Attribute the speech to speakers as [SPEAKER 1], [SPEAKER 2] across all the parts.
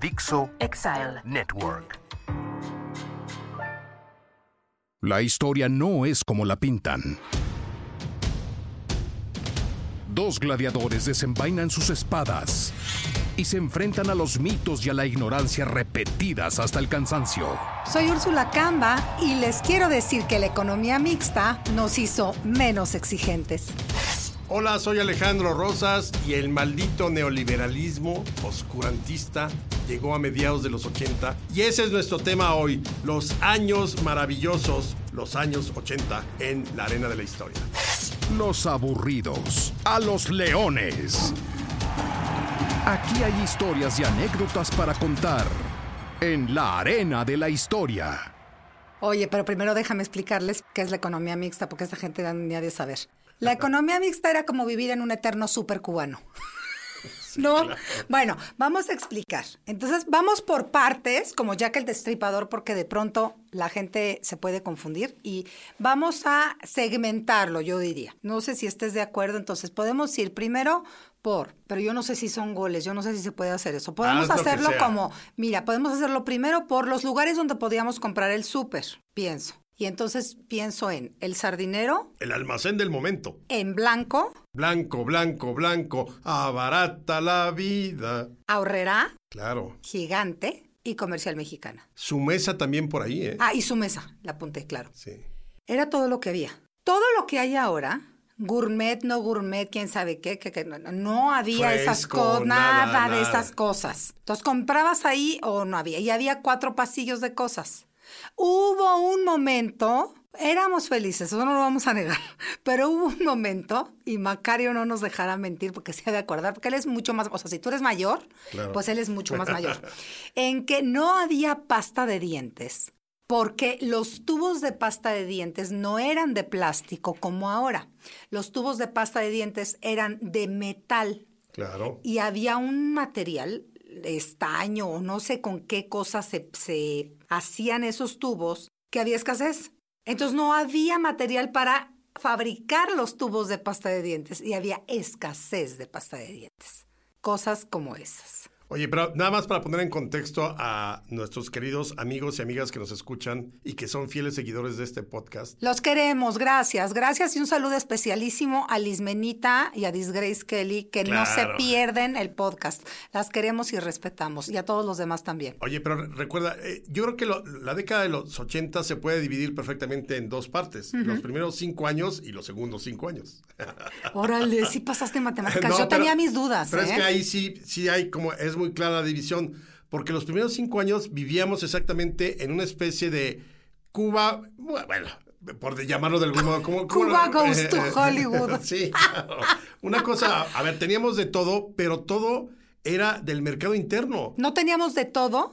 [SPEAKER 1] Dixo
[SPEAKER 2] Exile.
[SPEAKER 1] Network. La historia no es como la pintan. Dos gladiadores desenvainan sus espadas y se enfrentan a los mitos y a la ignorancia repetidas hasta el cansancio.
[SPEAKER 3] Soy Úrsula Camba y les quiero decir que la economía mixta nos hizo menos exigentes.
[SPEAKER 4] Hola, soy Alejandro Rosas y el maldito neoliberalismo oscurantista llegó a mediados de los 80 y ese es nuestro tema hoy, los años maravillosos, los años 80 en la arena de la historia.
[SPEAKER 1] Los aburridos, a los leones. Aquí hay historias y anécdotas para contar en la arena de la historia.
[SPEAKER 3] Oye, pero primero déjame explicarles qué es la economía mixta, porque esta gente ni ha de saber. La economía mixta era como vivir en un eterno supercubano. ¿No? Bueno, vamos a explicar. Entonces, vamos por partes, como Jack el Destripador, porque de pronto la gente se puede confundir y vamos a segmentarlo, yo diría. No sé si estés de acuerdo, entonces podemos ir primero por, pero yo no sé si son goles, yo no sé si se puede hacer eso. Podemos
[SPEAKER 4] Haz lo que
[SPEAKER 3] hacerlo
[SPEAKER 4] sea.
[SPEAKER 3] como, mira, podemos hacerlo primero por los lugares donde podíamos comprar el súper, pienso. Y entonces pienso en el sardinero,
[SPEAKER 4] El almacén del momento.
[SPEAKER 3] en blanco,
[SPEAKER 4] Blanco, blanco, blanco, abarata la vida.
[SPEAKER 3] ahorrera,
[SPEAKER 4] Claro.
[SPEAKER 3] gigante y comercial mexicana.
[SPEAKER 4] Su mesa también por ahí, ¿eh?
[SPEAKER 3] Ah, y su mesa, la apunté, claro.
[SPEAKER 4] Sí.
[SPEAKER 3] Era todo lo que había. Todo lo que hay ahora, gourmet, no gourmet, quién sabe qué, que, que no, no había esas
[SPEAKER 4] Fresco,
[SPEAKER 3] cosas, nada,
[SPEAKER 4] nada,
[SPEAKER 3] de
[SPEAKER 4] nada.
[SPEAKER 3] esas cosas. Entonces comprabas ahí o no había. Y había cuatro pasillos de cosas. Hubo un momento, éramos felices, eso no lo vamos a negar, pero hubo un momento, y Macario no nos dejará mentir porque se ha de acordar, porque él es mucho más, o sea, si tú eres mayor,
[SPEAKER 4] Claro.
[SPEAKER 3] pues él es mucho más mayor, en que no había pasta de dientes, porque los tubos de pasta de dientes no eran de plástico como ahora. Los tubos de pasta de dientes eran de metal
[SPEAKER 4] Claro.
[SPEAKER 3] y había un material, estaño o no sé con qué cosas se, se hacían esos tubos, que había escasez. Entonces no había material para fabricar los tubos de pasta de dientes y había escasez de pasta de dientes. Cosas como esas.
[SPEAKER 4] Oye, pero nada más para poner en contexto a nuestros queridos amigos y amigas que nos escuchan y que son fieles seguidores de este podcast.
[SPEAKER 3] Los queremos, gracias. Gracias y un saludo especialísimo a Lismenita y a Disgrace Kelly, que no se
[SPEAKER 4] Claro.
[SPEAKER 3] pierden el podcast. Las queremos y respetamos, y a todos los demás también.
[SPEAKER 4] Oye, pero re- recuerda, eh, yo creo que lo- la década de los 80 se puede dividir perfectamente en dos partes, los primeros cinco años y los segundos cinco años.
[SPEAKER 3] Órale, sí pasaste matemáticas.
[SPEAKER 4] No,
[SPEAKER 3] Yo
[SPEAKER 4] pero-
[SPEAKER 3] Ah, tenía mis dudas.
[SPEAKER 4] Pero es
[SPEAKER 3] ¿eh?
[SPEAKER 4] que ahí sí, sí hay como, es muy clara la división, porque los primeros cinco años vivíamos exactamente en una especie de Cuba, bueno, por de- llamarlo de algún modo. Como, como-
[SPEAKER 3] Cuba goes to Hollywood.
[SPEAKER 4] sí, claro. una cosa, a ver, teníamos de todo, pero todo era del mercado interno.
[SPEAKER 3] No teníamos de todo,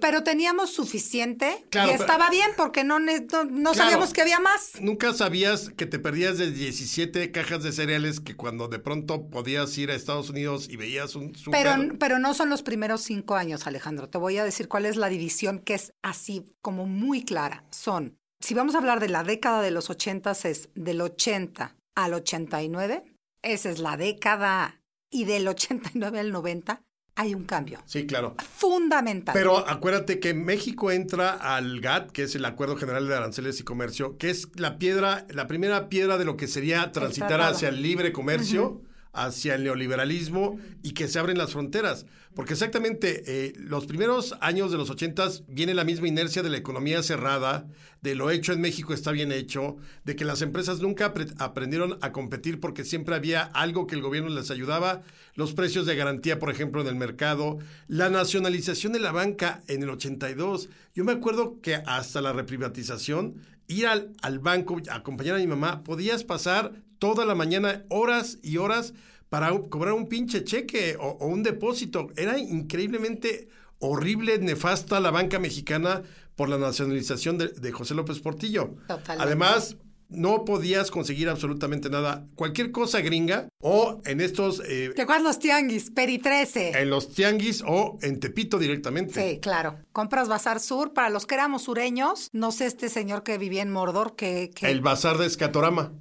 [SPEAKER 3] pero teníamos suficiente
[SPEAKER 4] Eh, Claro,
[SPEAKER 3] y
[SPEAKER 4] pero-
[SPEAKER 3] estaba bien porque no, ne- no, no
[SPEAKER 4] Claro.
[SPEAKER 3] sabíamos que había más.
[SPEAKER 4] Nunca sabías que te perdías de 17 cajas de cereales que cuando de pronto podías ir a Estados Unidos y veías un súper.
[SPEAKER 3] Pero, pero no son los primeros cinco años, Alejandro. Te voy a decir cuál es la división que es así como muy clara. Son, si vamos a hablar de la década de los ochentas, es del 80 al 89. Esa es la década. Y del 89 al 90 hay un cambio
[SPEAKER 4] Sí, claro.
[SPEAKER 3] fundamental.
[SPEAKER 4] Pero acuérdate que México entra al GATT, que es el Acuerdo General de Aranceles y Comercio, que es la piedra, la primera piedra de lo que sería transitar
[SPEAKER 3] tratado.
[SPEAKER 4] hacia el libre comercio, hacia el neoliberalismo y que se abren las fronteras. Porque exactamente eh, los primeros años de los ochentas viene la misma inercia de la economía cerrada, de lo hecho en México está bien hecho, de que las empresas nunca apre- aprendieron a competir porque siempre había algo que el gobierno les ayudaba, los precios de garantía, por ejemplo, en el mercado, la nacionalización de la banca en el 82. Yo me acuerdo que hasta la reprivatización, ir al, al banco, acompañar a mi mamá, podías pasar toda la mañana, horas y horas, para u- cobrar un pinche cheque o, o un depósito. Era increíblemente horrible, nefasta la banca mexicana por la nacionalización de, de José López Portillo.
[SPEAKER 3] Totalmente.
[SPEAKER 4] Además, no podías conseguir absolutamente nada. Cualquier cosa gringa o en estos... eh,
[SPEAKER 3] ¿Te acuerdas los tianguis? Peri 13.
[SPEAKER 4] en los tianguis o en Tepito directamente.
[SPEAKER 3] Sí, claro. Compras Bazar Sur. Para los que éramos sureños, no sé este señor que vivía en Mordor, que... que-
[SPEAKER 4] El bazar de Escatorama.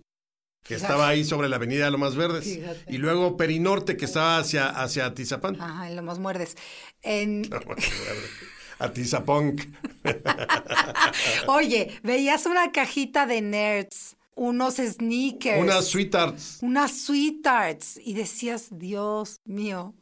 [SPEAKER 4] que estaba ahí sobre la avenida de Lomas Verdes.
[SPEAKER 3] Fíjate.
[SPEAKER 4] Y luego Perinorte, que estaba hacia, hacia Atizapán.
[SPEAKER 3] Ajá, en Lomos Muerdes. En-
[SPEAKER 4] Atizapón.
[SPEAKER 3] Oye, veías una cajita de nerds, unos sneakers.
[SPEAKER 4] Unas sweethearts.
[SPEAKER 3] unas sweethearts y decías, Dios mío.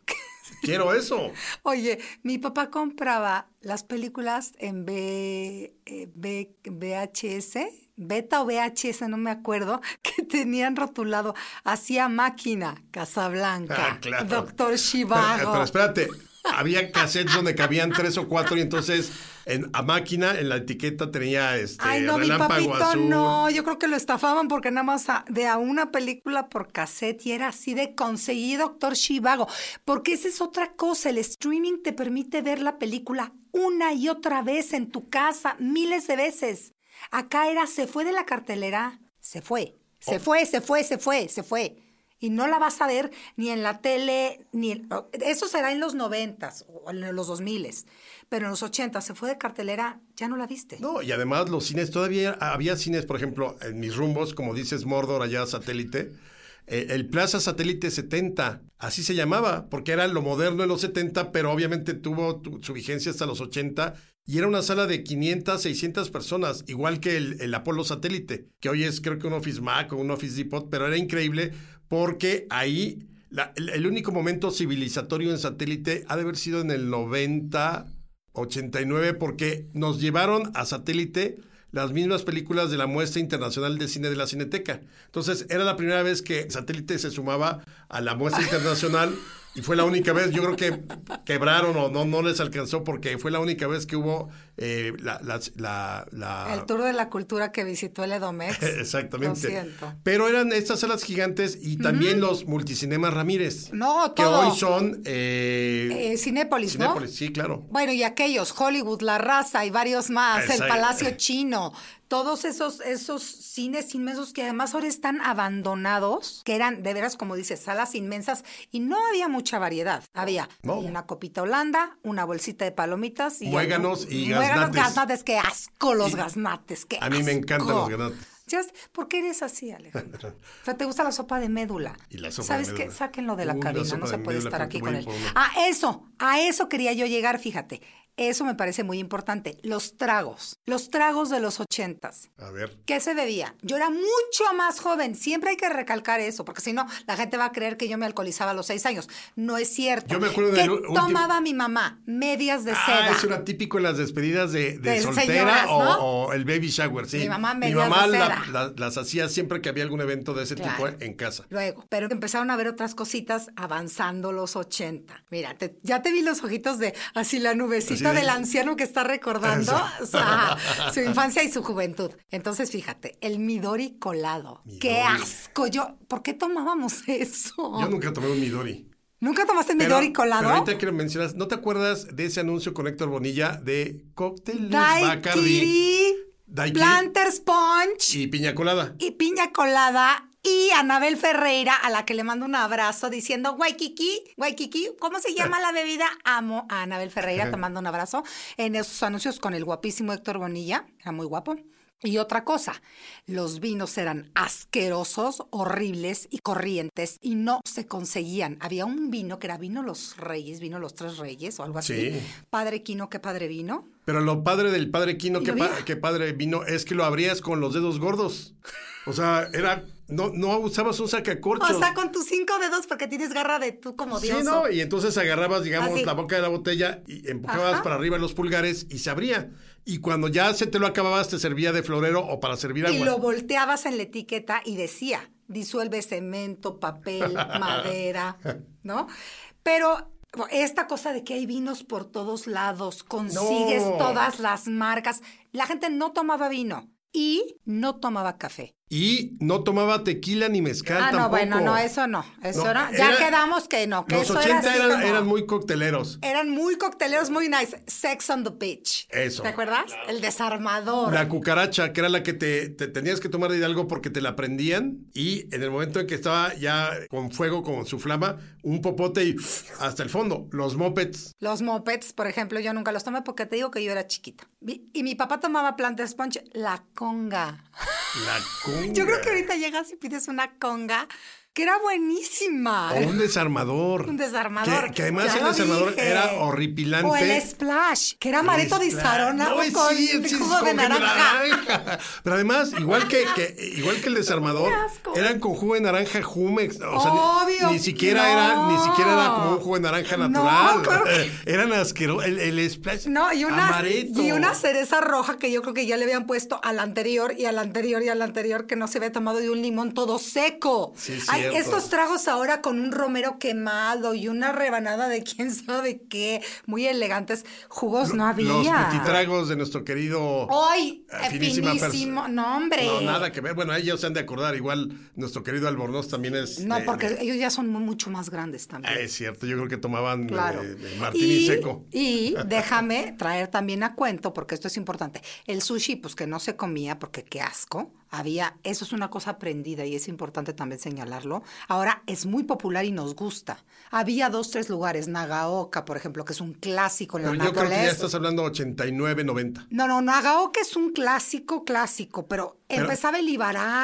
[SPEAKER 4] Quiero eso.
[SPEAKER 3] Oye, mi papá compraba las películas en V- eh, V- VHS, beta o VHS, no me acuerdo, que tenían rotulado, hacía máquina, Casablanca,
[SPEAKER 4] Ah, claro.
[SPEAKER 3] Doctor
[SPEAKER 4] Pero, eh,
[SPEAKER 3] Chivago.
[SPEAKER 4] pero espérate, había cassettes donde cabían tres o cuatro y entonces en, a máquina en la etiqueta tenía este
[SPEAKER 3] Ay, no, mi
[SPEAKER 4] relámpago
[SPEAKER 3] papito,
[SPEAKER 4] azul.
[SPEAKER 3] no. Yo creo que lo estafaban porque nada más a- de a una película por cassette y era así de conseguí Doctor Chivago. Porque esa es otra cosa. El streaming te permite ver la película una y otra vez en tu casa, miles de veces. Acá era, se fue de la cartelera. Se fue.
[SPEAKER 4] Oh.
[SPEAKER 3] Se fue, se fue, se fue, se fue. Y no la vas a ver ni en la tele, ni en- o- Eso será en los noventas o en los dos miles. Pero en los ochentas se fue de cartelera, ya no la viste.
[SPEAKER 4] No, y además los cines, todavía había cines, por ejemplo, en mis rumbos, como dices, Mordor, allá satélite, eh, el Plaza Satélite 70, así se llamaba, porque era lo moderno en los 70, pero obviamente tuvo tu- su vigencia hasta los 80, y era una sala de 500, 600 personas, igual que el, el Apolo Satélite, que hoy es creo que un Office Mac o un Office Depot, pero era increíble porque ahí... la- el, el único momento civilizatorio en satélite ha de haber sido en el 90, 89 porque nos llevaron a satélite las mismas películas de la muestra internacional de cine de la Cineteca. Entonces era la primera vez que satélite se sumaba a la muestra internacional y fue la única vez, yo creo que quebraron o no, no les alcanzó porque fue la única vez que hubo eh, la... la- la- la-
[SPEAKER 3] El tour de la cultura que visitó el Edomex.
[SPEAKER 4] Ah. Exactamente.
[SPEAKER 3] Lo siento.
[SPEAKER 4] Pero eran estas salas gigantes y también los multicinemas Ramírez.
[SPEAKER 3] No,
[SPEAKER 4] Que
[SPEAKER 3] todo.
[SPEAKER 4] hoy son... eh,
[SPEAKER 3] Eh, Cinépolis, ¿no?
[SPEAKER 4] Cinépolis, sí, claro.
[SPEAKER 3] Bueno, y aquellos, Hollywood, La Raza y varios más,
[SPEAKER 4] Exacto.
[SPEAKER 3] el Palacio Chino, todos esos, esos cines inmensos que además ahora están abandonados, que eran de veras, como dices, salas inmensas y no había mucha variedad. Había
[SPEAKER 4] No.
[SPEAKER 3] una copita holanda, una bolsita de palomitas y...
[SPEAKER 4] Muéganos y
[SPEAKER 3] Muéganos,
[SPEAKER 4] gaznates.
[SPEAKER 3] gaznates, qué asco los
[SPEAKER 4] Y-
[SPEAKER 3] gaznates, qué
[SPEAKER 4] A mí me
[SPEAKER 3] asco.
[SPEAKER 4] encantan los gaznates.
[SPEAKER 3] Ya sé, ¿Por qué eres así, Alejandro? O sea, ¿Te gusta la sopa de médula?
[SPEAKER 4] Y la sopa de
[SPEAKER 3] ¿Sabes
[SPEAKER 4] médula.
[SPEAKER 3] qué? Sáquenlo de la
[SPEAKER 4] Uy, la
[SPEAKER 3] cabina,
[SPEAKER 4] sopa
[SPEAKER 3] no
[SPEAKER 4] de
[SPEAKER 3] se puede
[SPEAKER 4] médula,
[SPEAKER 3] estar
[SPEAKER 4] creo que
[SPEAKER 3] aquí
[SPEAKER 4] voy
[SPEAKER 3] con
[SPEAKER 4] a ir
[SPEAKER 3] él.
[SPEAKER 4] por una.
[SPEAKER 3] A eso, a eso quería yo llegar, fíjate. Eso me parece muy importante. Los tragos, los tragos de los ochentas.
[SPEAKER 4] A ver.
[SPEAKER 3] ¿Qué se bebía? Yo era mucho más joven. Siempre hay que recalcar eso, porque si no, la gente va a creer que yo me alcoholizaba a los seis años. No es cierto.
[SPEAKER 4] Yo me acuerdo
[SPEAKER 3] ¿Qué
[SPEAKER 4] del u- último-
[SPEAKER 3] tomaba mi mamá? Medias de
[SPEAKER 4] Ah,
[SPEAKER 3] seda.
[SPEAKER 4] eso era típico en las despedidas de, de
[SPEAKER 3] De
[SPEAKER 4] soltera
[SPEAKER 3] señoras,
[SPEAKER 4] o-
[SPEAKER 3] ¿no?
[SPEAKER 4] o, el baby shower, sí.
[SPEAKER 3] Mi mamá
[SPEAKER 4] Mi
[SPEAKER 3] medias
[SPEAKER 4] mamá
[SPEAKER 3] de
[SPEAKER 4] la-
[SPEAKER 3] seda.
[SPEAKER 4] la- las hacía siempre que había algún evento de ese
[SPEAKER 3] Claro.
[SPEAKER 4] tipo en casa.
[SPEAKER 3] Luego, pero empezaron a ver otras cositas avanzando los 80. Mira, te- ya te vi los ojitos de así la nubecita
[SPEAKER 4] Así de-
[SPEAKER 3] del anciano que está recordando o sea, su infancia y su juventud. Entonces, fíjate, el Midori colado. ¡Qué
[SPEAKER 4] Midori.
[SPEAKER 3] asco! Yo, ¿por qué tomábamos eso?
[SPEAKER 4] Yo nunca tomé un Midori.
[SPEAKER 3] ¿Nunca tomaste
[SPEAKER 4] Pero-
[SPEAKER 3] Midori colado?
[SPEAKER 4] Pero ahorita que lo mencionas, ¿no te acuerdas de ese anuncio con Héctor Bonilla de cócteles Bacardi
[SPEAKER 3] Daiquiri,
[SPEAKER 4] Daiquiri.
[SPEAKER 3] Planters Punch
[SPEAKER 4] y piña colada?
[SPEAKER 3] y piña colada y Anabel Ferreira, a la que le mando un abrazo, diciendo, Waikiki, Waikiki, ¿cómo se llama la bebida? Amo a Anabel Ferreira, te mando un abrazo, en esos anuncios con el guapísimo Héctor Bonilla, era muy guapo. Y otra cosa, los vinos eran asquerosos, horribles y corrientes y no se conseguían. Había un vino que era vino los reyes, vino los tres reyes o algo así.
[SPEAKER 4] Sí.
[SPEAKER 3] Padre Quino, qué padre vino.
[SPEAKER 4] Pero lo padre del padre Quino,
[SPEAKER 3] ¿Lo
[SPEAKER 4] que, pa-
[SPEAKER 3] vi?
[SPEAKER 4] que padre vino, es que lo abrías con los dedos gordos. O sea, era. No, no usabas un sacacorchos.
[SPEAKER 3] O sea, con tus cinco dedos porque tienes garra de tú como
[SPEAKER 4] Sí,
[SPEAKER 3] Dios.
[SPEAKER 4] no, y entonces agarrabas, digamos,
[SPEAKER 3] Así.
[SPEAKER 4] la boca de la botella y empujabas
[SPEAKER 3] Ajá.
[SPEAKER 4] para arriba los pulgares y se abría. Y cuando ya se te lo acababas, te servía de florero o para servir
[SPEAKER 3] Y
[SPEAKER 4] agua.
[SPEAKER 3] lo volteabas en la etiqueta y decía, disuelve cemento, papel, madera, ¿no? Pero esta cosa de que hay vinos por todos lados, consigues
[SPEAKER 4] No.
[SPEAKER 3] todas las marcas. La gente no tomaba vino y no tomaba café.
[SPEAKER 4] Y no tomaba tequila ni mezcal
[SPEAKER 3] ah, no,
[SPEAKER 4] tampoco.
[SPEAKER 3] bueno, no, eso no. Eso
[SPEAKER 4] No,
[SPEAKER 3] no. Ya
[SPEAKER 4] era-
[SPEAKER 3] quedamos que no, que
[SPEAKER 4] Los
[SPEAKER 3] eso era
[SPEAKER 4] 80
[SPEAKER 3] así
[SPEAKER 4] eran,
[SPEAKER 3] como-
[SPEAKER 4] eran muy cocteleros.
[SPEAKER 3] eran muy cocteleros, muy nice. Sex on the beach.
[SPEAKER 4] Eso.
[SPEAKER 3] ¿Te acuerdas? El desarmador.
[SPEAKER 4] La cucaracha, que era la que te, te tenías que tomar de algo porque te la prendían y en el momento en que estaba ya con fuego, con su flama, un popote y hasta el fondo. Los mopeds.
[SPEAKER 3] Los mopeds, por ejemplo, yo nunca los tomé porque te digo que yo era chiquita. Vi- Y mi papá tomaba planta sponge, la conga.
[SPEAKER 4] La
[SPEAKER 3] Yo creo que ahorita llegas y pides una conga que era buenísima.
[SPEAKER 4] O un desarmador.
[SPEAKER 3] Ah. Un desarmador.
[SPEAKER 4] Oh, Que, que además
[SPEAKER 3] Ya
[SPEAKER 4] el
[SPEAKER 3] lo
[SPEAKER 4] desarmador
[SPEAKER 3] dije.
[SPEAKER 4] era horripilante.
[SPEAKER 3] O el splash, que era amaretto de
[SPEAKER 4] Splash.
[SPEAKER 3] Sarona
[SPEAKER 4] No,
[SPEAKER 3] con
[SPEAKER 4] sí, sí,
[SPEAKER 3] jugo
[SPEAKER 4] con
[SPEAKER 3] de naranja.
[SPEAKER 4] naranja. Pero además, igual que, que- igual que el desarmador,
[SPEAKER 3] Qué asco.
[SPEAKER 4] eran con jugo de naranja Jumex. O sea, ni-
[SPEAKER 3] Obvio,
[SPEAKER 4] ni siquiera
[SPEAKER 3] no.
[SPEAKER 4] era, ni siquiera era como un jugo de naranja
[SPEAKER 3] No,
[SPEAKER 4] natural.
[SPEAKER 3] claro que-
[SPEAKER 4] Eh, Eran asquerosos. El, el splash.
[SPEAKER 3] No, y una,
[SPEAKER 4] amaretto.
[SPEAKER 3] y una cereza roja que yo creo que ya le habían puesto al anterior y al anterior y al anterior que no se había tomado de un limón todo seco.
[SPEAKER 4] Sí, es
[SPEAKER 3] Ay,
[SPEAKER 4] cierto.
[SPEAKER 3] estos tragos ahora con un romero quemado y una rebanada de quién sabe qué, muy elegantes, jugos no había.
[SPEAKER 4] Los pititragos de nuestro querido.
[SPEAKER 3] Hoy,
[SPEAKER 4] eh,
[SPEAKER 3] eh,
[SPEAKER 4] finísima perso-
[SPEAKER 3] finísimo. No, hombre.
[SPEAKER 4] No, nada que ver. Bueno, ellos se han de acordar. Igual nuestro querido Albornoz también es.
[SPEAKER 3] No,
[SPEAKER 4] de-
[SPEAKER 3] porque
[SPEAKER 4] de-
[SPEAKER 3] ellos ya son mu- mucho más grandes
[SPEAKER 4] Ah,
[SPEAKER 3] también.
[SPEAKER 4] es cierto, yo creo que tomaban
[SPEAKER 3] Claro.
[SPEAKER 4] eh, de martini
[SPEAKER 3] y,
[SPEAKER 4] seco.
[SPEAKER 3] y déjame traer también a cuento, porque esto es importante. El sushi, pues que no se comía, porque qué asco. Había, eso es una cosa aprendida y es importante también señalarlo. Ahora es muy popular y nos gusta. Había dos, tres lugares, Nagaoka, por ejemplo, que es un clásico en la
[SPEAKER 4] Pero yo creo que ya
[SPEAKER 3] naturaleza.
[SPEAKER 4] estás hablando 89, 90.
[SPEAKER 3] No, no, Nagaoka es un clásico, clásico, pero,
[SPEAKER 4] Pero-
[SPEAKER 3] empezaba el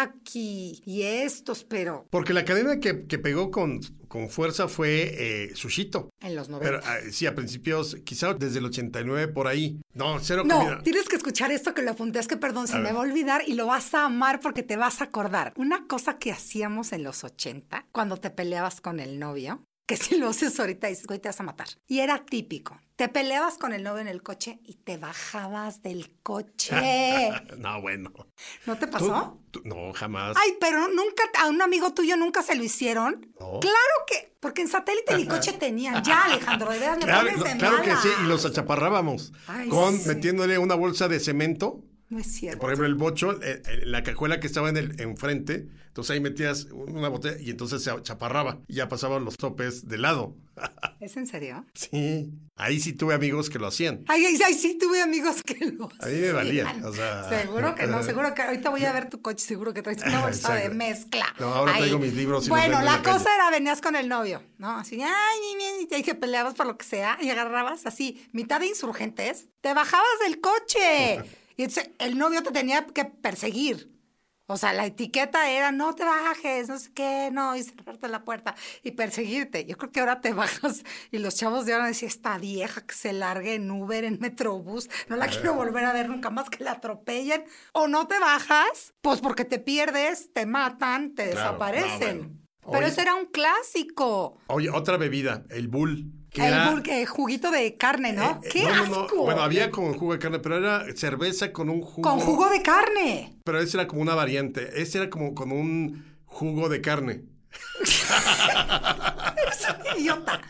[SPEAKER 3] Ibaraki y estos, pero
[SPEAKER 4] Porque la cadena que, que pegó con, con fuerza fue eh, Sushito.
[SPEAKER 3] en los 90.
[SPEAKER 4] Pero ah, sí, a principios, quizá desde el 89 por ahí. No, cero
[SPEAKER 3] No,
[SPEAKER 4] comida.
[SPEAKER 3] tienes que escuchar esto que lo apunté. Es que perdón, se
[SPEAKER 4] A
[SPEAKER 3] me
[SPEAKER 4] ver.
[SPEAKER 3] va a olvidar y lo vas a amar porque te vas a acordar. Una cosa que hacíamos en los 80, cuando te peleabas con el novio, que si lo haces ahorita dices, güey, te vas a matar. Y era típico. Te peleabas con el novio en el coche y te bajabas del coche.
[SPEAKER 4] No, bueno.
[SPEAKER 3] ¿No te
[SPEAKER 4] ¿Tú-
[SPEAKER 3] pasó?
[SPEAKER 4] tú- no, jamás.
[SPEAKER 3] Ay, pero nunca, a un amigo tuyo nunca se lo hicieron.
[SPEAKER 4] No.
[SPEAKER 3] Claro que, porque en satélite ni coche tenían. Ya, Alejandro, de verdad, me
[SPEAKER 4] Claro,
[SPEAKER 3] pones de
[SPEAKER 4] no, claro que sí, y
[SPEAKER 3] malas.
[SPEAKER 4] los achaparrábamos.
[SPEAKER 3] Ay,
[SPEAKER 4] con
[SPEAKER 3] sí.
[SPEAKER 4] metiéndole una bolsa de cemento.
[SPEAKER 3] No es cierto.
[SPEAKER 4] Por ejemplo, el bocho, eh, eh, la cajuela que estaba en el enfrente, entonces ahí metías una botella y entonces se chaparraba y ya pasaban los topes de lado.
[SPEAKER 3] ¿Es en serio?
[SPEAKER 4] Sí, ahí sí tuve amigos que lo hacían.
[SPEAKER 3] Ay, ay, ay, sí, tuve amigos que lo
[SPEAKER 4] A mí me valía,
[SPEAKER 3] hacían.
[SPEAKER 4] o sea.
[SPEAKER 3] Seguro que no, seguro que ahorita voy a ver tu coche, seguro que traes una bolsa
[SPEAKER 4] Exacto.
[SPEAKER 3] de mezcla.
[SPEAKER 4] No, ahora
[SPEAKER 3] Ahí.
[SPEAKER 4] traigo mis libros y los
[SPEAKER 3] Bueno,
[SPEAKER 4] vendo en
[SPEAKER 3] la,
[SPEAKER 4] la calle.
[SPEAKER 3] cosa era, venías con el novio, ¿no? Así, ay, ni, ni, ni, y que peleabas por lo que sea, y agarrabas así, mitad de insurgentes, te bajabas del coche. y entonces el novio te tenía que perseguir. O sea, la etiqueta era no te bajes, no sé qué, no, y cerrarte la puerta y perseguirte. Yo creo que ahora te bajas y los chavos de ahora decían, esta vieja que se largue en Uber, en Metrobús, no
[SPEAKER 4] Ah.
[SPEAKER 3] la quiero volver a ver nunca más que la atropellen. O no te bajas, pues porque te pierdes, te matan, te
[SPEAKER 4] Claro,
[SPEAKER 3] desaparecen.
[SPEAKER 4] no, bueno.
[SPEAKER 3] Pero
[SPEAKER 4] Oye.
[SPEAKER 3] ese era un clásico.
[SPEAKER 4] Oye, otra bebida, el bull. que
[SPEAKER 3] el
[SPEAKER 4] era-
[SPEAKER 3] bul- eh, juguito de carne, ¿no?
[SPEAKER 4] eh, eh,
[SPEAKER 3] ¡Qué
[SPEAKER 4] no, no, no.
[SPEAKER 3] asco!
[SPEAKER 4] Bueno, había con jugo de carne, pero era cerveza con un jugo.
[SPEAKER 3] Con jugo de carne.
[SPEAKER 4] Pero ese era como una variante. Ese era como con un jugo de carne.
[SPEAKER 3] Eres un idiota.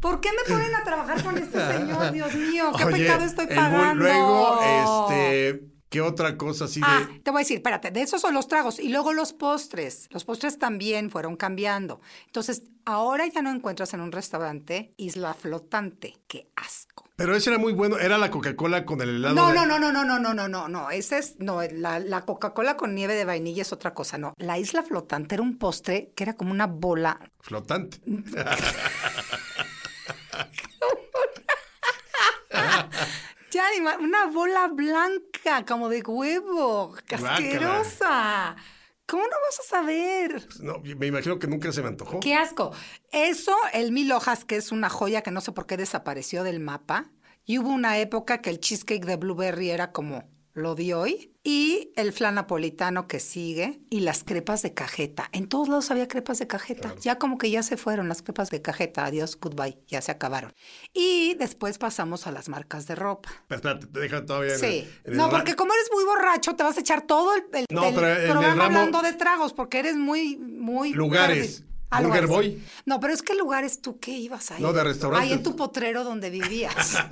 [SPEAKER 3] ¿Por qué me ponen a trabajar con este señor? Dios mío, qué
[SPEAKER 4] Oye,
[SPEAKER 3] pecado estoy
[SPEAKER 4] el bull.
[SPEAKER 3] pagando.
[SPEAKER 4] Luego, este, ¿qué otra cosa así de?
[SPEAKER 3] Ah, te voy a decir, espérate, de esos son los tragos y luego los postres. Los postres también fueron cambiando. Entonces, ahora ya no encuentras en un restaurante isla flotante. Qué asco.
[SPEAKER 4] Pero ese era muy bueno. Era la Coca-Cola con el helado.
[SPEAKER 3] No,
[SPEAKER 4] de-
[SPEAKER 3] no, no, no, no, no, no, no, no, no. Ese es, no, la, la Coca-Cola con nieve de vainilla es otra cosa. No, la isla flotante era un postre que era como una bola
[SPEAKER 4] Flotante.
[SPEAKER 3] Ya, ni ma- una bola blanca, como de huevo,
[SPEAKER 4] Guácala.
[SPEAKER 3] asquerosa. ¿Cómo no vas a saber?
[SPEAKER 4] No, me imagino que nunca se me antojó.
[SPEAKER 3] Qué asco. Eso, el mil hojas, que es una joya que no sé por qué desapareció del mapa. Y hubo una época que el cheesecake de blueberry era como lo de hoy. Y el flan napolitano que sigue. Y las crepas de cajeta. En todos lados había crepas de cajeta. Ya como que ya se fueron las crepas de cajeta. Adiós, goodbye. Ya se acabaron. Y después pasamos a las marcas de ropa.
[SPEAKER 4] Pero Espérate, te dejan todavía en
[SPEAKER 3] Sí.
[SPEAKER 4] el- en el
[SPEAKER 3] no,
[SPEAKER 4] ra-
[SPEAKER 3] porque como eres muy borracho, te vas a echar todo el, el-
[SPEAKER 4] No,
[SPEAKER 3] el
[SPEAKER 4] pero en el
[SPEAKER 3] programa
[SPEAKER 4] ramo-
[SPEAKER 3] hablando de tragos, porque eres muy, muy.
[SPEAKER 4] Lugares.
[SPEAKER 3] perdi- Ah,
[SPEAKER 4] Burger
[SPEAKER 3] lugares.
[SPEAKER 4] Boy.
[SPEAKER 3] No, pero es que lugares tú qué ibas ahí.
[SPEAKER 4] No, de restaurantes.
[SPEAKER 3] Ahí en tu potrero donde vivías.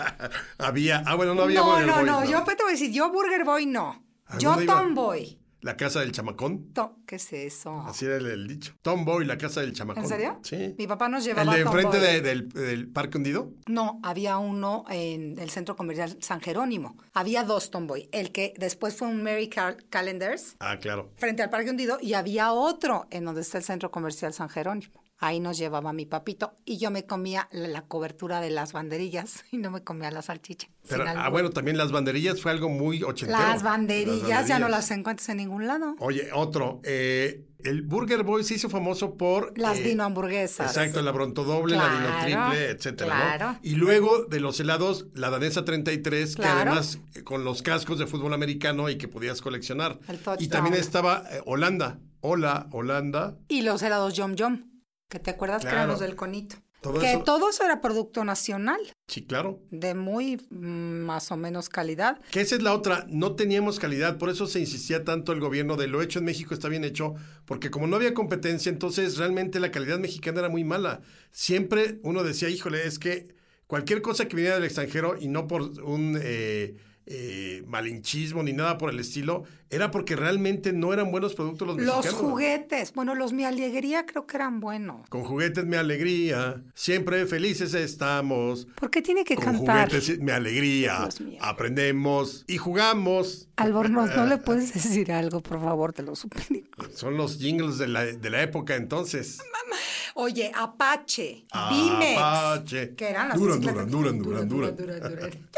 [SPEAKER 4] había. Ah, bueno, no había
[SPEAKER 3] no,
[SPEAKER 4] Burger
[SPEAKER 3] no,
[SPEAKER 4] Boy,
[SPEAKER 3] no, Yo te voy a decir, yo Burger Boy no.
[SPEAKER 4] ¿A
[SPEAKER 3] Yo
[SPEAKER 4] dónde iba?
[SPEAKER 3] Tomboy.
[SPEAKER 4] La casa del chamacón.
[SPEAKER 3] To- ¿Qué es eso?
[SPEAKER 4] Así era el, el dicho. Tomboy, la casa del chamacón.
[SPEAKER 3] ¿En serio?
[SPEAKER 4] Sí.
[SPEAKER 3] Mi papá nos
[SPEAKER 4] El
[SPEAKER 3] llevaba
[SPEAKER 4] de
[SPEAKER 3] a Tomboy.
[SPEAKER 4] enfrente de- del, del parque hundido.
[SPEAKER 3] No, había uno en el centro comercial San Jerónimo. Había dos Tomboy. El que después fue un Mary Cal- Calendars.
[SPEAKER 4] Ah, claro.
[SPEAKER 3] frente al Parque Hundido y había otro en donde está el Centro Comercial San Jerónimo. Ahí nos llevaba mi papito y yo me comía la, la cobertura de las banderillas y no me comía la salchicha.
[SPEAKER 4] Pero,
[SPEAKER 3] sin
[SPEAKER 4] ah,
[SPEAKER 3] albur.
[SPEAKER 4] bueno, también las banderillas fue algo muy ochentero.
[SPEAKER 3] las banderillas ya no
[SPEAKER 4] banderillas.
[SPEAKER 3] las encuentras en ningún lado.
[SPEAKER 4] Oye, otro. eh, el Burger Boy se hizo famoso por.
[SPEAKER 3] Las
[SPEAKER 4] eh,
[SPEAKER 3] dino hamburguesas.
[SPEAKER 4] Exacto, la Bronto Doble, la Dino
[SPEAKER 3] Claro,
[SPEAKER 4] Triple, etcétera. ¿no?
[SPEAKER 3] claro.
[SPEAKER 4] Y luego de los helados, la Danesa 33, que
[SPEAKER 3] Claro.
[SPEAKER 4] además eh, con los cascos de fútbol americano y que podías coleccionar.
[SPEAKER 3] El touchdown.
[SPEAKER 4] Y también estaba eh, Holanda. Hola, Holanda.
[SPEAKER 3] Y los helados Yom Yom, que te acuerdas que eran
[SPEAKER 4] Claro.
[SPEAKER 3] los del conito.
[SPEAKER 4] Todo
[SPEAKER 3] que
[SPEAKER 4] eso-
[SPEAKER 3] todo eso era producto nacional,
[SPEAKER 4] Sí, claro.
[SPEAKER 3] de muy mm, más o menos calidad.
[SPEAKER 4] Que esa es la otra, no teníamos calidad, por eso se insistía tanto el gobierno de lo hecho en México está bien hecho, porque como no había competencia, entonces realmente la calidad mexicana era muy mala. Siempre uno decía, híjole, es que cualquier cosa que viniera del extranjero y no por un eh, eh, malinchismo ni nada por el estilo, era porque realmente no eran buenos productos los mexicanos.
[SPEAKER 3] Los juguetes, bueno, los mi alegría creo que eran buenos.
[SPEAKER 4] Con juguetes me alegría, siempre felices estamos.
[SPEAKER 3] ¿Por qué tiene que
[SPEAKER 4] Con
[SPEAKER 3] cantar?
[SPEAKER 4] juguetes me alegría,
[SPEAKER 3] Dios mío.
[SPEAKER 4] aprendemos y jugamos.
[SPEAKER 3] Albornoz, ¿no le puedes decir algo, por favor? Te lo suplico.
[SPEAKER 4] Son los jingles de la, de la época entonces.
[SPEAKER 3] Oye, Apache, Bimex.
[SPEAKER 4] Ah, Apache.
[SPEAKER 3] Que eran las
[SPEAKER 4] Duran,
[SPEAKER 3] bicicletas.
[SPEAKER 4] duran, duran, duran,
[SPEAKER 3] duran, duran, duran.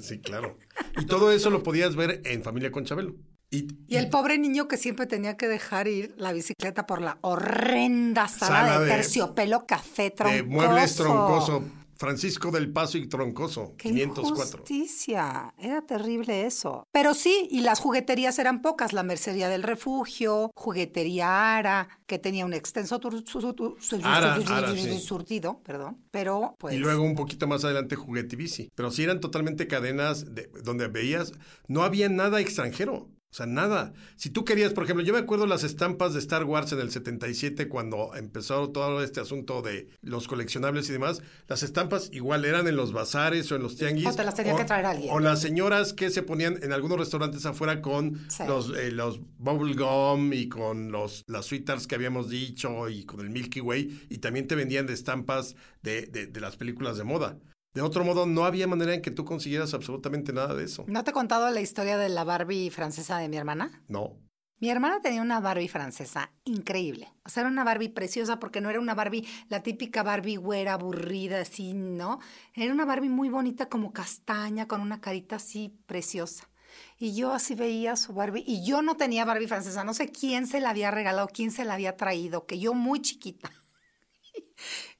[SPEAKER 4] Sí, claro. Y todo eso lo podías ver en Familia con Chabelo. Y,
[SPEAKER 3] Y el pobre niño que siempre tenía que dejar ir la bicicleta por la horrenda sala,
[SPEAKER 4] Sala
[SPEAKER 3] de,
[SPEAKER 4] de-
[SPEAKER 3] terciopelo café troncoso.
[SPEAKER 4] de muebles troncoso. Francisco del Paso y Troncoso,
[SPEAKER 3] ¡Qué
[SPEAKER 4] 504.
[SPEAKER 3] injusticia! Era terrible eso. Pero sí, y las jugueterías eran pocas. La Mercería del Refugio, Juguetería Ara, que tenía un extenso tur- su- su- tu- su-
[SPEAKER 4] Ara,
[SPEAKER 3] su- su-
[SPEAKER 4] Ara,
[SPEAKER 3] su-
[SPEAKER 4] sí.
[SPEAKER 3] surtido, perdón. Pero, pues...
[SPEAKER 4] Y luego un poquito más adelante Juguete y Bici. Pero sí eran totalmente cadenas de- donde veías, no había nada extranjero. O sea, nada. Si tú querías, por ejemplo, yo me acuerdo las estampas de Star Wars en el 77 cuando empezó todo este asunto de los coleccionables y demás. Las estampas igual eran en los bazares o en los tianguis.
[SPEAKER 3] O te las tenía que traer alguien.
[SPEAKER 4] O las señoras que se ponían en algunos restaurantes afuera con
[SPEAKER 3] Sí.
[SPEAKER 4] los, eh, los bubble gum y con los, las sweethearts que habíamos dicho y con el Milky Way y también te vendían de estampas de, de- de las películas de moda. De otro modo, no había manera en que tú consiguieras absolutamente nada de eso.
[SPEAKER 3] ¿No te he contado la historia de la Barbie francesa de mi hermana?
[SPEAKER 4] No.
[SPEAKER 3] Mi hermana tenía una Barbie francesa increíble. O sea, era una Barbie preciosa porque no era una Barbie, la típica Barbie güera, aburrida, así, ¿no? Era una Barbie muy bonita, como castaña, con una carita así preciosa. Y yo así veía su Barbie. Y yo no tenía Barbie francesa. No sé quién se la había regalado, quién se la había traído, que yo muy chiquita.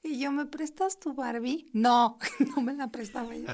[SPEAKER 3] Y yo, ¿me prestas tu Barbie? No, no me la prestaba yo.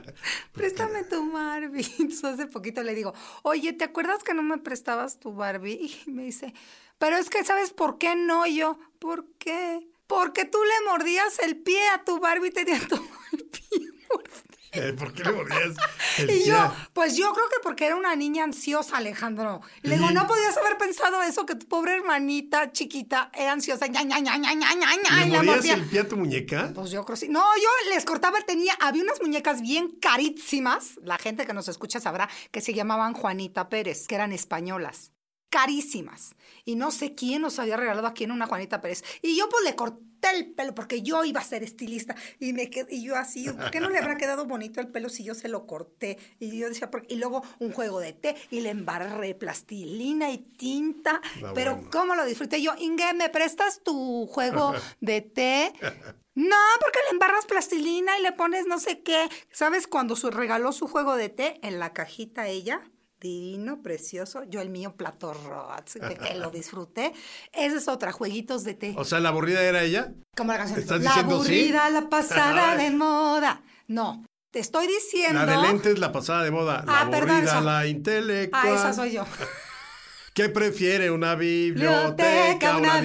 [SPEAKER 3] Préstame tu Barbie. Entonces hace poquito le digo, oye, ¿te acuerdas que no me prestabas tu Barbie? Y me dice, pero es que ¿sabes por qué no Y yo? ¿Por qué? Porque tú le mordías el pie a tu Barbie, tenía todo el pie mordido.
[SPEAKER 4] Eh, ¿Por qué le mordías el
[SPEAKER 3] Y
[SPEAKER 4] pie?
[SPEAKER 3] yo, pues yo creo que porque era una niña ansiosa, Alejandro. Le digo,
[SPEAKER 4] Y-
[SPEAKER 3] no podías haber pensado eso, que tu pobre hermanita chiquita era ansiosa. ña, ña, ña, ña, ña, ña, ña,
[SPEAKER 4] ¿Le
[SPEAKER 3] y la
[SPEAKER 4] mordías
[SPEAKER 3] mordía.
[SPEAKER 4] el pie a tu muñeca?
[SPEAKER 3] Pues yo creo sí. No, yo les cortaba, tenía, había unas muñecas bien carísimas. La gente que nos escucha sabrá que se llamaban Juanita Pérez, que eran españolas. Carísimas. Y no sé quién nos había regalado a quién una Juanita Pérez. Y yo pues le corté el pelo porque yo iba a ser estilista. Y me qued- y yo así, ¿por qué no le habrá quedado bonito el pelo si yo se lo corté? Y yo decía, "¿Por qué?". y luego un juego de té y le embarré plastilina y tinta.
[SPEAKER 4] No,
[SPEAKER 3] pero
[SPEAKER 4] bueno.
[SPEAKER 3] ¿cómo lo disfruté yo? Inge, ¿me prestas tu juego de té? No, porque le embarras plastilina y le pones no sé qué. ¿Sabes cuando su, regaló su juego de té en la cajita ella? Divino, precioso. Yo el mío plato rojo, que, que lo disfruté. Esa es otra, jueguitos de té.
[SPEAKER 4] O sea, la aburrida era ella.
[SPEAKER 3] Como la canción.
[SPEAKER 4] ¿te estás
[SPEAKER 3] la
[SPEAKER 4] diciendo sí?
[SPEAKER 3] aburrida, la pasada
[SPEAKER 4] Ay.
[SPEAKER 3] de moda. No, te estoy diciendo.
[SPEAKER 4] La de lentes, la pasada de moda. La
[SPEAKER 3] Ah, perdón,
[SPEAKER 4] aburrida,
[SPEAKER 3] esa.
[SPEAKER 4] la intelectual.
[SPEAKER 3] Ah, esa soy yo.
[SPEAKER 4] ¿Qué prefiere una biblioteca,
[SPEAKER 3] Biblioteca,
[SPEAKER 4] una,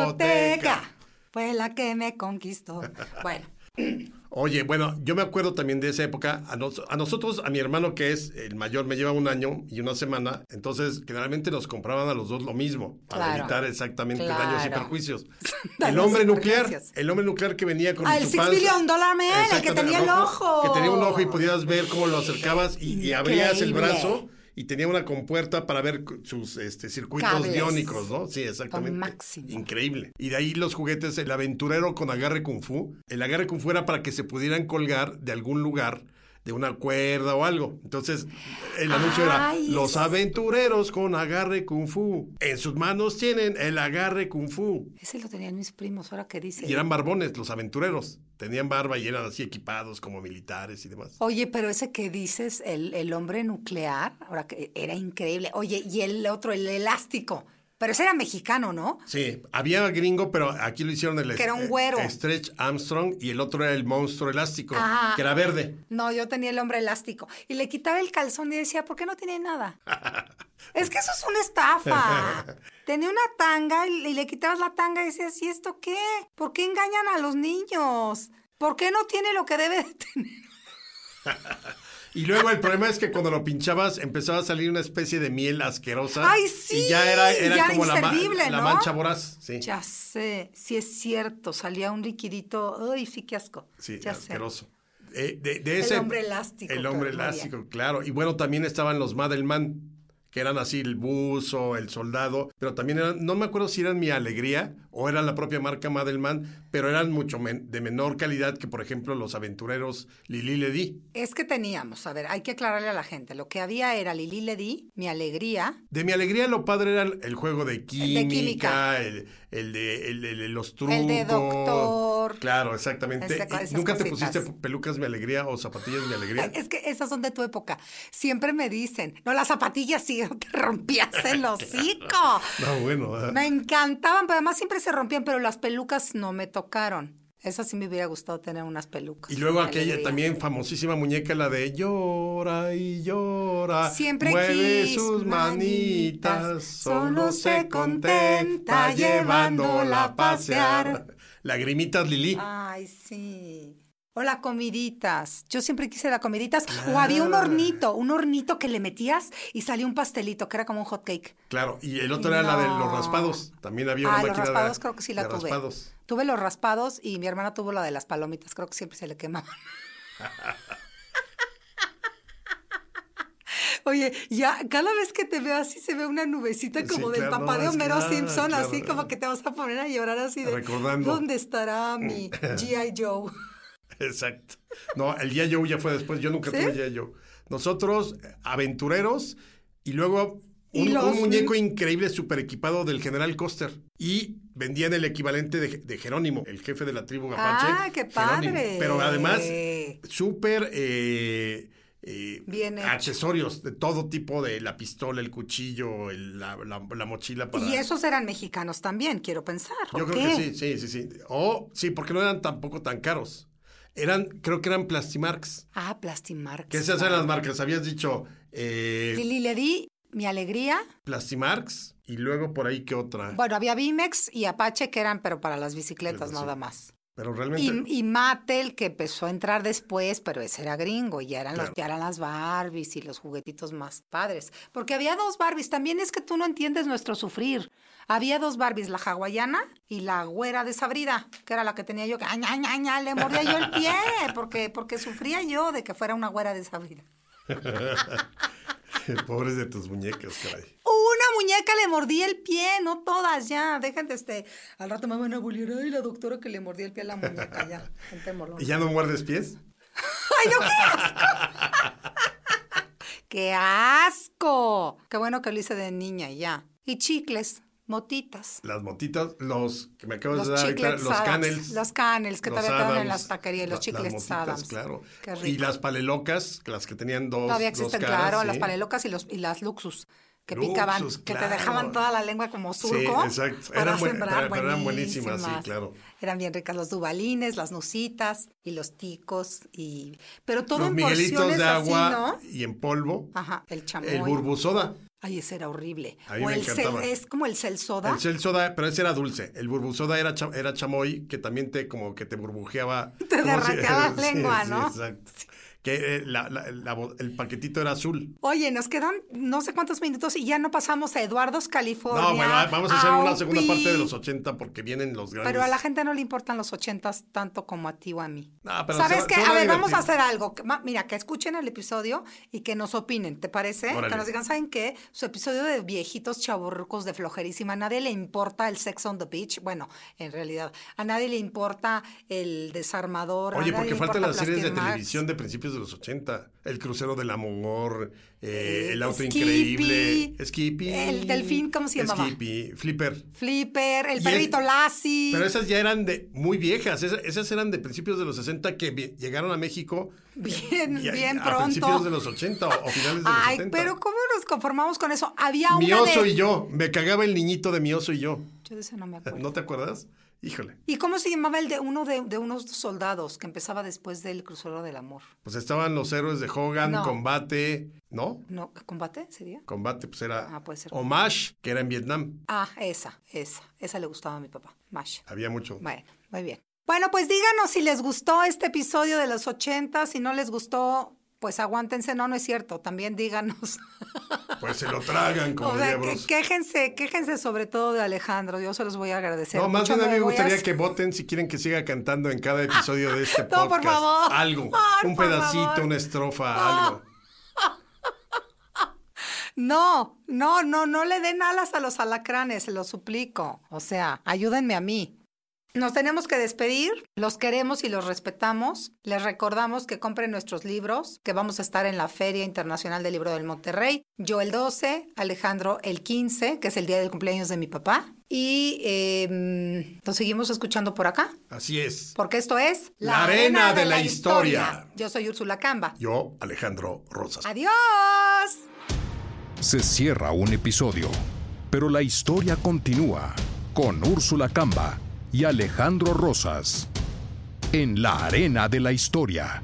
[SPEAKER 4] discoteca?
[SPEAKER 3] Fue la que me conquistó. Bueno,
[SPEAKER 4] Oye, bueno, yo me acuerdo también de esa época. A, nos- a nosotros, a mi hermano que es el mayor, me lleva un año y una semana. Entonces, generalmente nos compraban a los dos lo mismo para
[SPEAKER 3] Claro.
[SPEAKER 4] evitar exactamente daños y
[SPEAKER 3] Claro.
[SPEAKER 4] perjuicios. el
[SPEAKER 3] Daños
[SPEAKER 4] hombre
[SPEAKER 3] y
[SPEAKER 4] nuclear,
[SPEAKER 3] perjuicios.
[SPEAKER 4] el hombre nuclear que venía con
[SPEAKER 3] Ah,
[SPEAKER 4] su
[SPEAKER 3] el Six
[SPEAKER 4] panza.
[SPEAKER 3] Billion Dollar Man, el
[SPEAKER 4] Exacto,
[SPEAKER 3] que tenía el ojo.
[SPEAKER 4] Que tenía un ojo y podías ver cómo lo acercabas y, y abrías el
[SPEAKER 3] Increíble.
[SPEAKER 4] brazo. Y tenía una compuerta para ver cu- sus este, circuitos
[SPEAKER 3] Cables.
[SPEAKER 4] biónicos, ¿no? Sí, exactamente.
[SPEAKER 3] máximo.
[SPEAKER 4] Increíble. Y de ahí los juguetes, el aventurero con agarre kung fu. El agarre kung fu era para que se pudieran colgar de algún lugar de una cuerda o algo. Entonces, el anuncio
[SPEAKER 3] Ay,
[SPEAKER 4] era, los
[SPEAKER 3] es-
[SPEAKER 4] aventureros con agarre kung fu. En sus manos tienen el agarre kung fu.
[SPEAKER 3] Ese lo tenían mis primos, ahora que dice.
[SPEAKER 4] Y eran barbones, los aventureros. Tenían barba y eran así equipados como militares y demás.
[SPEAKER 3] Oye, pero ese que dices, el, el hombre nuclear, ahora que era increíble. Oye, y el otro, el elástico. Pero ese era mexicano, ¿no?
[SPEAKER 4] Sí, había gringo, pero aquí lo hicieron el
[SPEAKER 3] Que era un güero.
[SPEAKER 4] eh, Stretch Armstrong y el otro era el monstruo elástico,
[SPEAKER 3] Ajá.
[SPEAKER 4] que era verde.
[SPEAKER 3] No, yo tenía el hombre elástico. Y le quitaba el calzón y decía, ¿por qué no tiene nada? es que eso es una estafa. Tenía una tanga y y le quitabas la tanga y decías, ¿y esto qué? ¿Por qué engañan a los niños? ¿Por qué no tiene lo que debe de tener?
[SPEAKER 4] Y luego el problema es que cuando lo pinchabas empezaba a salir una especie de miel asquerosa.
[SPEAKER 3] ¡Ay, sí!
[SPEAKER 4] Y ya era, era
[SPEAKER 3] Ya
[SPEAKER 4] como la, ma-
[SPEAKER 3] inservible,
[SPEAKER 4] la
[SPEAKER 3] ¿no?
[SPEAKER 4] mancha voraz. Sí,
[SPEAKER 3] Ya sé, sí es cierto, salía un liquidito. Ay, sí, qué asco.
[SPEAKER 4] sí
[SPEAKER 3] ya sé.
[SPEAKER 4] asqueroso. Eh, de, de ese-
[SPEAKER 3] hombre elástico,
[SPEAKER 4] El hombre
[SPEAKER 3] pero no había.
[SPEAKER 4] elástico, claro. Y bueno, también estaban los Madelman, que eran así el buzo, el soldado, pero también eran, no me acuerdo si eran Mi Alegría o era la propia marca Madelman, pero eran mucho men- de menor calidad que, por ejemplo, los aventureros Lili Ledi.
[SPEAKER 3] Es que teníamos, a ver, hay que aclararle a la gente. Lo que había era Lili le di, mi alegría,
[SPEAKER 4] De mi alegría lo padre era el juego de química,
[SPEAKER 3] química.
[SPEAKER 4] el, el de el- el- el- los trucos.
[SPEAKER 3] El de doctor.
[SPEAKER 4] Claro, exactamente.
[SPEAKER 3] Ese-
[SPEAKER 4] Y
[SPEAKER 3] esas
[SPEAKER 4] ¿Nunca te
[SPEAKER 3] cositas.
[SPEAKER 4] pusiste pelucas mi alegría o zapatillas mi alegría?
[SPEAKER 3] Es que esas son de tu época. Siempre me dicen, no, las zapatillas sí, te rompías el hocico.
[SPEAKER 4] No, bueno. ah. ¿verdad?
[SPEAKER 3] Me encantaban, pero además siempre se rompían, pero las pelucas no me tocaron. Esas sí me hubiera gustado tener unas pelucas.
[SPEAKER 4] Y luego
[SPEAKER 3] Alegría.
[SPEAKER 4] aquella también famosísima muñeca, la de llora y llora.
[SPEAKER 3] Siempre
[SPEAKER 4] mueve
[SPEAKER 3] quis
[SPEAKER 4] sus manitas,
[SPEAKER 3] manitas,
[SPEAKER 4] solo
[SPEAKER 3] solo
[SPEAKER 4] se
[SPEAKER 3] se
[SPEAKER 4] contenta
[SPEAKER 3] contenta
[SPEAKER 4] llevándola a
[SPEAKER 3] llevándola a pasear. Ah,
[SPEAKER 4] pasear. Lagrimitas Lili.
[SPEAKER 3] Ay, sí. O las comiditas. Yo siempre quise las comiditas. O había un hornito, un hornito que le metías y salía un pastelito, que era como un hot cake.
[SPEAKER 4] Claro, y el otro era la de los
[SPEAKER 3] No.
[SPEAKER 4] raspados. También había una
[SPEAKER 3] Ah, los
[SPEAKER 4] máquina de-
[SPEAKER 3] raspados creo que sí la
[SPEAKER 4] de
[SPEAKER 3] tuve.
[SPEAKER 4] raspados.
[SPEAKER 3] Tuve los raspados y mi hermana tuvo la de las palomitas. Creo que siempre se le quemaban. Oye, ya cada vez que te veo así se ve una nubecita como
[SPEAKER 4] Sí,
[SPEAKER 3] del
[SPEAKER 4] claro,
[SPEAKER 3] papá de
[SPEAKER 4] es que-
[SPEAKER 3] Homero
[SPEAKER 4] ah,
[SPEAKER 3] Simpson, así
[SPEAKER 4] claro.
[SPEAKER 3] como que te vas a poner a llorar así de
[SPEAKER 4] Recordando.
[SPEAKER 3] ¿Dónde estará mi G.I. Joe?
[SPEAKER 4] Exacto. No, el día Joe ya fue después. Yo nunca
[SPEAKER 3] ¿Sí?
[SPEAKER 4] tuve día Joe. Nosotros, eh, aventureros, y luego
[SPEAKER 3] Y
[SPEAKER 4] un,
[SPEAKER 3] los-
[SPEAKER 4] un muñeco increíble, super equipado del general Coster. Y vendían el equivalente de, de Jerónimo, el jefe de la tribu Apache.
[SPEAKER 3] Ah, qué padre.
[SPEAKER 4] Pero además, súper. eh, eh,
[SPEAKER 3] Bien hecho.
[SPEAKER 4] accesorios de todo tipo de la pistola, el cuchillo, el- la, la- la mochila para
[SPEAKER 3] Y esos eran mexicanos también, quiero pensar. ¿o
[SPEAKER 4] yo creo
[SPEAKER 3] qué?
[SPEAKER 4] que sí, sí, sí, sí. O sí, porque no eran tampoco tan caros. Eran, creo que eran Plastimarks.
[SPEAKER 3] Ah, Plastimarx.
[SPEAKER 4] ¿Qué se hacen las marcas? Habías dicho eh,
[SPEAKER 3] Lili le di mi alegría.
[SPEAKER 4] Plastimarks y luego por ahí qué otra.
[SPEAKER 3] Bueno, había Bimex y Apache que eran, pero para las bicicletas
[SPEAKER 4] Pero sí.
[SPEAKER 3] nada más.
[SPEAKER 4] Pero
[SPEAKER 3] Y,
[SPEAKER 4] realmente.
[SPEAKER 3] y Mattel, que empezó a entrar después, pero ese era gringo, y ya eran,
[SPEAKER 4] Claro.
[SPEAKER 3] los, ya eran las Barbies y los juguetitos más padres. Porque había dos Barbies, también es que tú no entiendes nuestro sufrir. Había dos Barbies, la hawaiana y la güera desabrida, que era la que tenía yo, que "Ay, ay, ay, ay", le mordía yo el pie, porque, porque sufría yo de que fuera una güera desabrida.
[SPEAKER 4] Pobres de tus muñecas, caray.
[SPEAKER 3] Una muñeca le mordí el pie, no todas ya. Dejen de este. Al rato me van a bullear. Ay, la doctora que le mordió el pie a la muñeca, ya. Gente molona.
[SPEAKER 4] ¿Y ya no guardes pies?
[SPEAKER 3] ¡Ay, no, qué asco! ¡Qué asco! Qué bueno que lo hice de niña y ya. Y chicles, motitas.
[SPEAKER 4] Las motitas, los que me acabas
[SPEAKER 3] Los
[SPEAKER 4] de dar ahorita,
[SPEAKER 3] chiclets
[SPEAKER 4] los
[SPEAKER 3] Adams,
[SPEAKER 4] canels.
[SPEAKER 3] los canels que
[SPEAKER 4] los
[SPEAKER 3] todavía quedan en
[SPEAKER 4] Adams,
[SPEAKER 3] las taquerías, los
[SPEAKER 4] la-
[SPEAKER 3] chiclets
[SPEAKER 4] las motitas,
[SPEAKER 3] Adams.
[SPEAKER 4] claro.
[SPEAKER 3] Qué
[SPEAKER 4] Y
[SPEAKER 3] rico.
[SPEAKER 4] las palelocas, las que tenían dos.
[SPEAKER 3] Todavía
[SPEAKER 4] dos
[SPEAKER 3] existen,
[SPEAKER 4] caras,
[SPEAKER 3] claro,
[SPEAKER 4] sí.
[SPEAKER 3] las panelocas y, los, y las luxus. Que
[SPEAKER 4] Luxus,
[SPEAKER 3] picaban, que te
[SPEAKER 4] claro.
[SPEAKER 3] dejaban toda la lengua como surco.
[SPEAKER 4] exacto.
[SPEAKER 3] para
[SPEAKER 4] Eran buen-
[SPEAKER 3] sembrar,
[SPEAKER 4] pero- pero eran buenísimas, sí, claro.
[SPEAKER 3] Eran bien ricas los dubalines, las nusitas y los ticos. y Pero todo
[SPEAKER 4] los
[SPEAKER 3] en
[SPEAKER 4] miguelitos
[SPEAKER 3] porciones
[SPEAKER 4] de agua
[SPEAKER 3] así, ¿no?
[SPEAKER 4] y en polvo.
[SPEAKER 3] Ajá, el chamoy.
[SPEAKER 4] El burbusoda.
[SPEAKER 3] Ay, ese era horrible.
[SPEAKER 4] A mí
[SPEAKER 3] o
[SPEAKER 4] me
[SPEAKER 3] el cel-
[SPEAKER 4] encantaba.
[SPEAKER 3] es como el cel soda.
[SPEAKER 4] El cel soda, pero ese era dulce. El burbusoda era, cha- era chamoy, que también te como que te burbujeaba.
[SPEAKER 3] Te
[SPEAKER 4] como si-
[SPEAKER 3] derrateaba
[SPEAKER 4] sí,
[SPEAKER 3] la lengua,
[SPEAKER 4] sí,
[SPEAKER 3] ¿no?
[SPEAKER 4] exacto. Que eh, la- la- la bo- el paquetito era azul.
[SPEAKER 3] Oye, nos quedan no sé cuántos minutos y ya no pasamos a Eduardo's California.
[SPEAKER 4] No, bueno, vamos a hacer una
[SPEAKER 3] Aupi.
[SPEAKER 4] segunda parte de los 80 porque vienen los grandes.
[SPEAKER 3] Pero a la gente no le importan los ochentas tanto como a ti o a mí.
[SPEAKER 4] No, pero se
[SPEAKER 3] ¿Sabes
[SPEAKER 4] va-
[SPEAKER 3] qué?
[SPEAKER 4] se
[SPEAKER 3] A
[SPEAKER 4] va a
[SPEAKER 3] ver, vamos a
[SPEAKER 4] divertir.
[SPEAKER 3] hacer algo. Que ma- Mira, que escuchen el episodio y que nos opinen, ¿te parece?
[SPEAKER 4] Órale.
[SPEAKER 3] Que nos digan, ¿saben qué? Su episodio de viejitos chaburrucos de flojerísima. A nadie le importa el sex on the beach. Bueno, en realidad, a nadie le importa el desarmador. a
[SPEAKER 4] Oye,
[SPEAKER 3] nadie
[SPEAKER 4] porque
[SPEAKER 3] le
[SPEAKER 4] faltan
[SPEAKER 3] importa
[SPEAKER 4] las series de
[SPEAKER 3] Plastic Max.
[SPEAKER 4] televisión de principios de los 80. El crucero del amor, eh, el auto
[SPEAKER 3] Skippy.
[SPEAKER 4] increíble, Skippy.
[SPEAKER 3] El delfín, ¿cómo se llamaba?
[SPEAKER 4] Skippy, Flipper.
[SPEAKER 3] Flipper, el
[SPEAKER 4] Y
[SPEAKER 3] perrito
[SPEAKER 4] es-
[SPEAKER 3] Lassie.
[SPEAKER 4] Pero esas ya eran de muy viejas, esas, esas eran de principios de los 60 que vi- llegaron a México
[SPEAKER 3] Bien,
[SPEAKER 4] y a-
[SPEAKER 3] bien
[SPEAKER 4] a
[SPEAKER 3] pronto.
[SPEAKER 4] principios de los 80 o, o finales de los
[SPEAKER 3] Ay,
[SPEAKER 4] 70.
[SPEAKER 3] pero ¿cómo nos conformamos con eso? Había
[SPEAKER 4] Mi
[SPEAKER 3] una
[SPEAKER 4] oso
[SPEAKER 3] de...
[SPEAKER 4] y yo, me cagaba el niñito de mi oso y yo.
[SPEAKER 3] Yo de ese no me acuerdo.
[SPEAKER 4] ¿No te acuerdas? Híjole.
[SPEAKER 3] ¿Y cómo se llamaba el de uno de, de unos soldados que empezaba después del crucero del amor?
[SPEAKER 4] Pues estaban los héroes de Hogan,
[SPEAKER 3] No.
[SPEAKER 4] combate, ¿no?
[SPEAKER 3] ¿No? ¿Combate sería?
[SPEAKER 4] Combate, pues era
[SPEAKER 3] Ah, puede ser.
[SPEAKER 4] Omash, que era en Vietnam.
[SPEAKER 3] Ah, esa, esa. Esa le gustaba a mi papá, Mash.
[SPEAKER 4] Había mucho.
[SPEAKER 3] Bueno, muy bien. Bueno, pues díganos si les gustó este episodio de los 80, si no les gustó, pues aguántense. No, no es cierto, también díganos.
[SPEAKER 4] Pues se lo tragan como
[SPEAKER 3] o sea,
[SPEAKER 4] diablos.
[SPEAKER 3] que- quéjense, quéjense sobre todo de Alejandro, yo se los voy a agradecer.
[SPEAKER 4] No, más
[SPEAKER 3] Mucho
[SPEAKER 4] bien a mí me
[SPEAKER 3] voy
[SPEAKER 4] gustaría que voten si quieren que siga cantando en cada episodio de este podcast.
[SPEAKER 3] No, por favor.
[SPEAKER 4] Algo.
[SPEAKER 3] Ay,
[SPEAKER 4] un
[SPEAKER 3] por
[SPEAKER 4] pedacito,
[SPEAKER 3] favor. Ah.
[SPEAKER 4] una estrofa, algo.
[SPEAKER 3] No, no, no, no le den alas a los alacranes, se lo suplico. O sea, ayúdenme a mí. Nos tenemos que despedir, los queremos y los respetamos. Les recordamos que compren nuestros libros, que vamos a estar en la Feria Internacional del Libro del Monterrey. Yo el 12, Alejandro el 15, que es el día del cumpleaños de mi papá. Y eh, nos seguimos escuchando por acá,
[SPEAKER 4] Así es.
[SPEAKER 3] porque esto es
[SPEAKER 4] La arena de la historia.
[SPEAKER 3] Yo soy Úrsula Camba.
[SPEAKER 4] Yo, Alejandro Rosas.
[SPEAKER 3] Adiós.
[SPEAKER 1] Se cierra un episodio, pero la historia continúa con Úrsula Camba y Alejandro Rosas en la arena de la historia.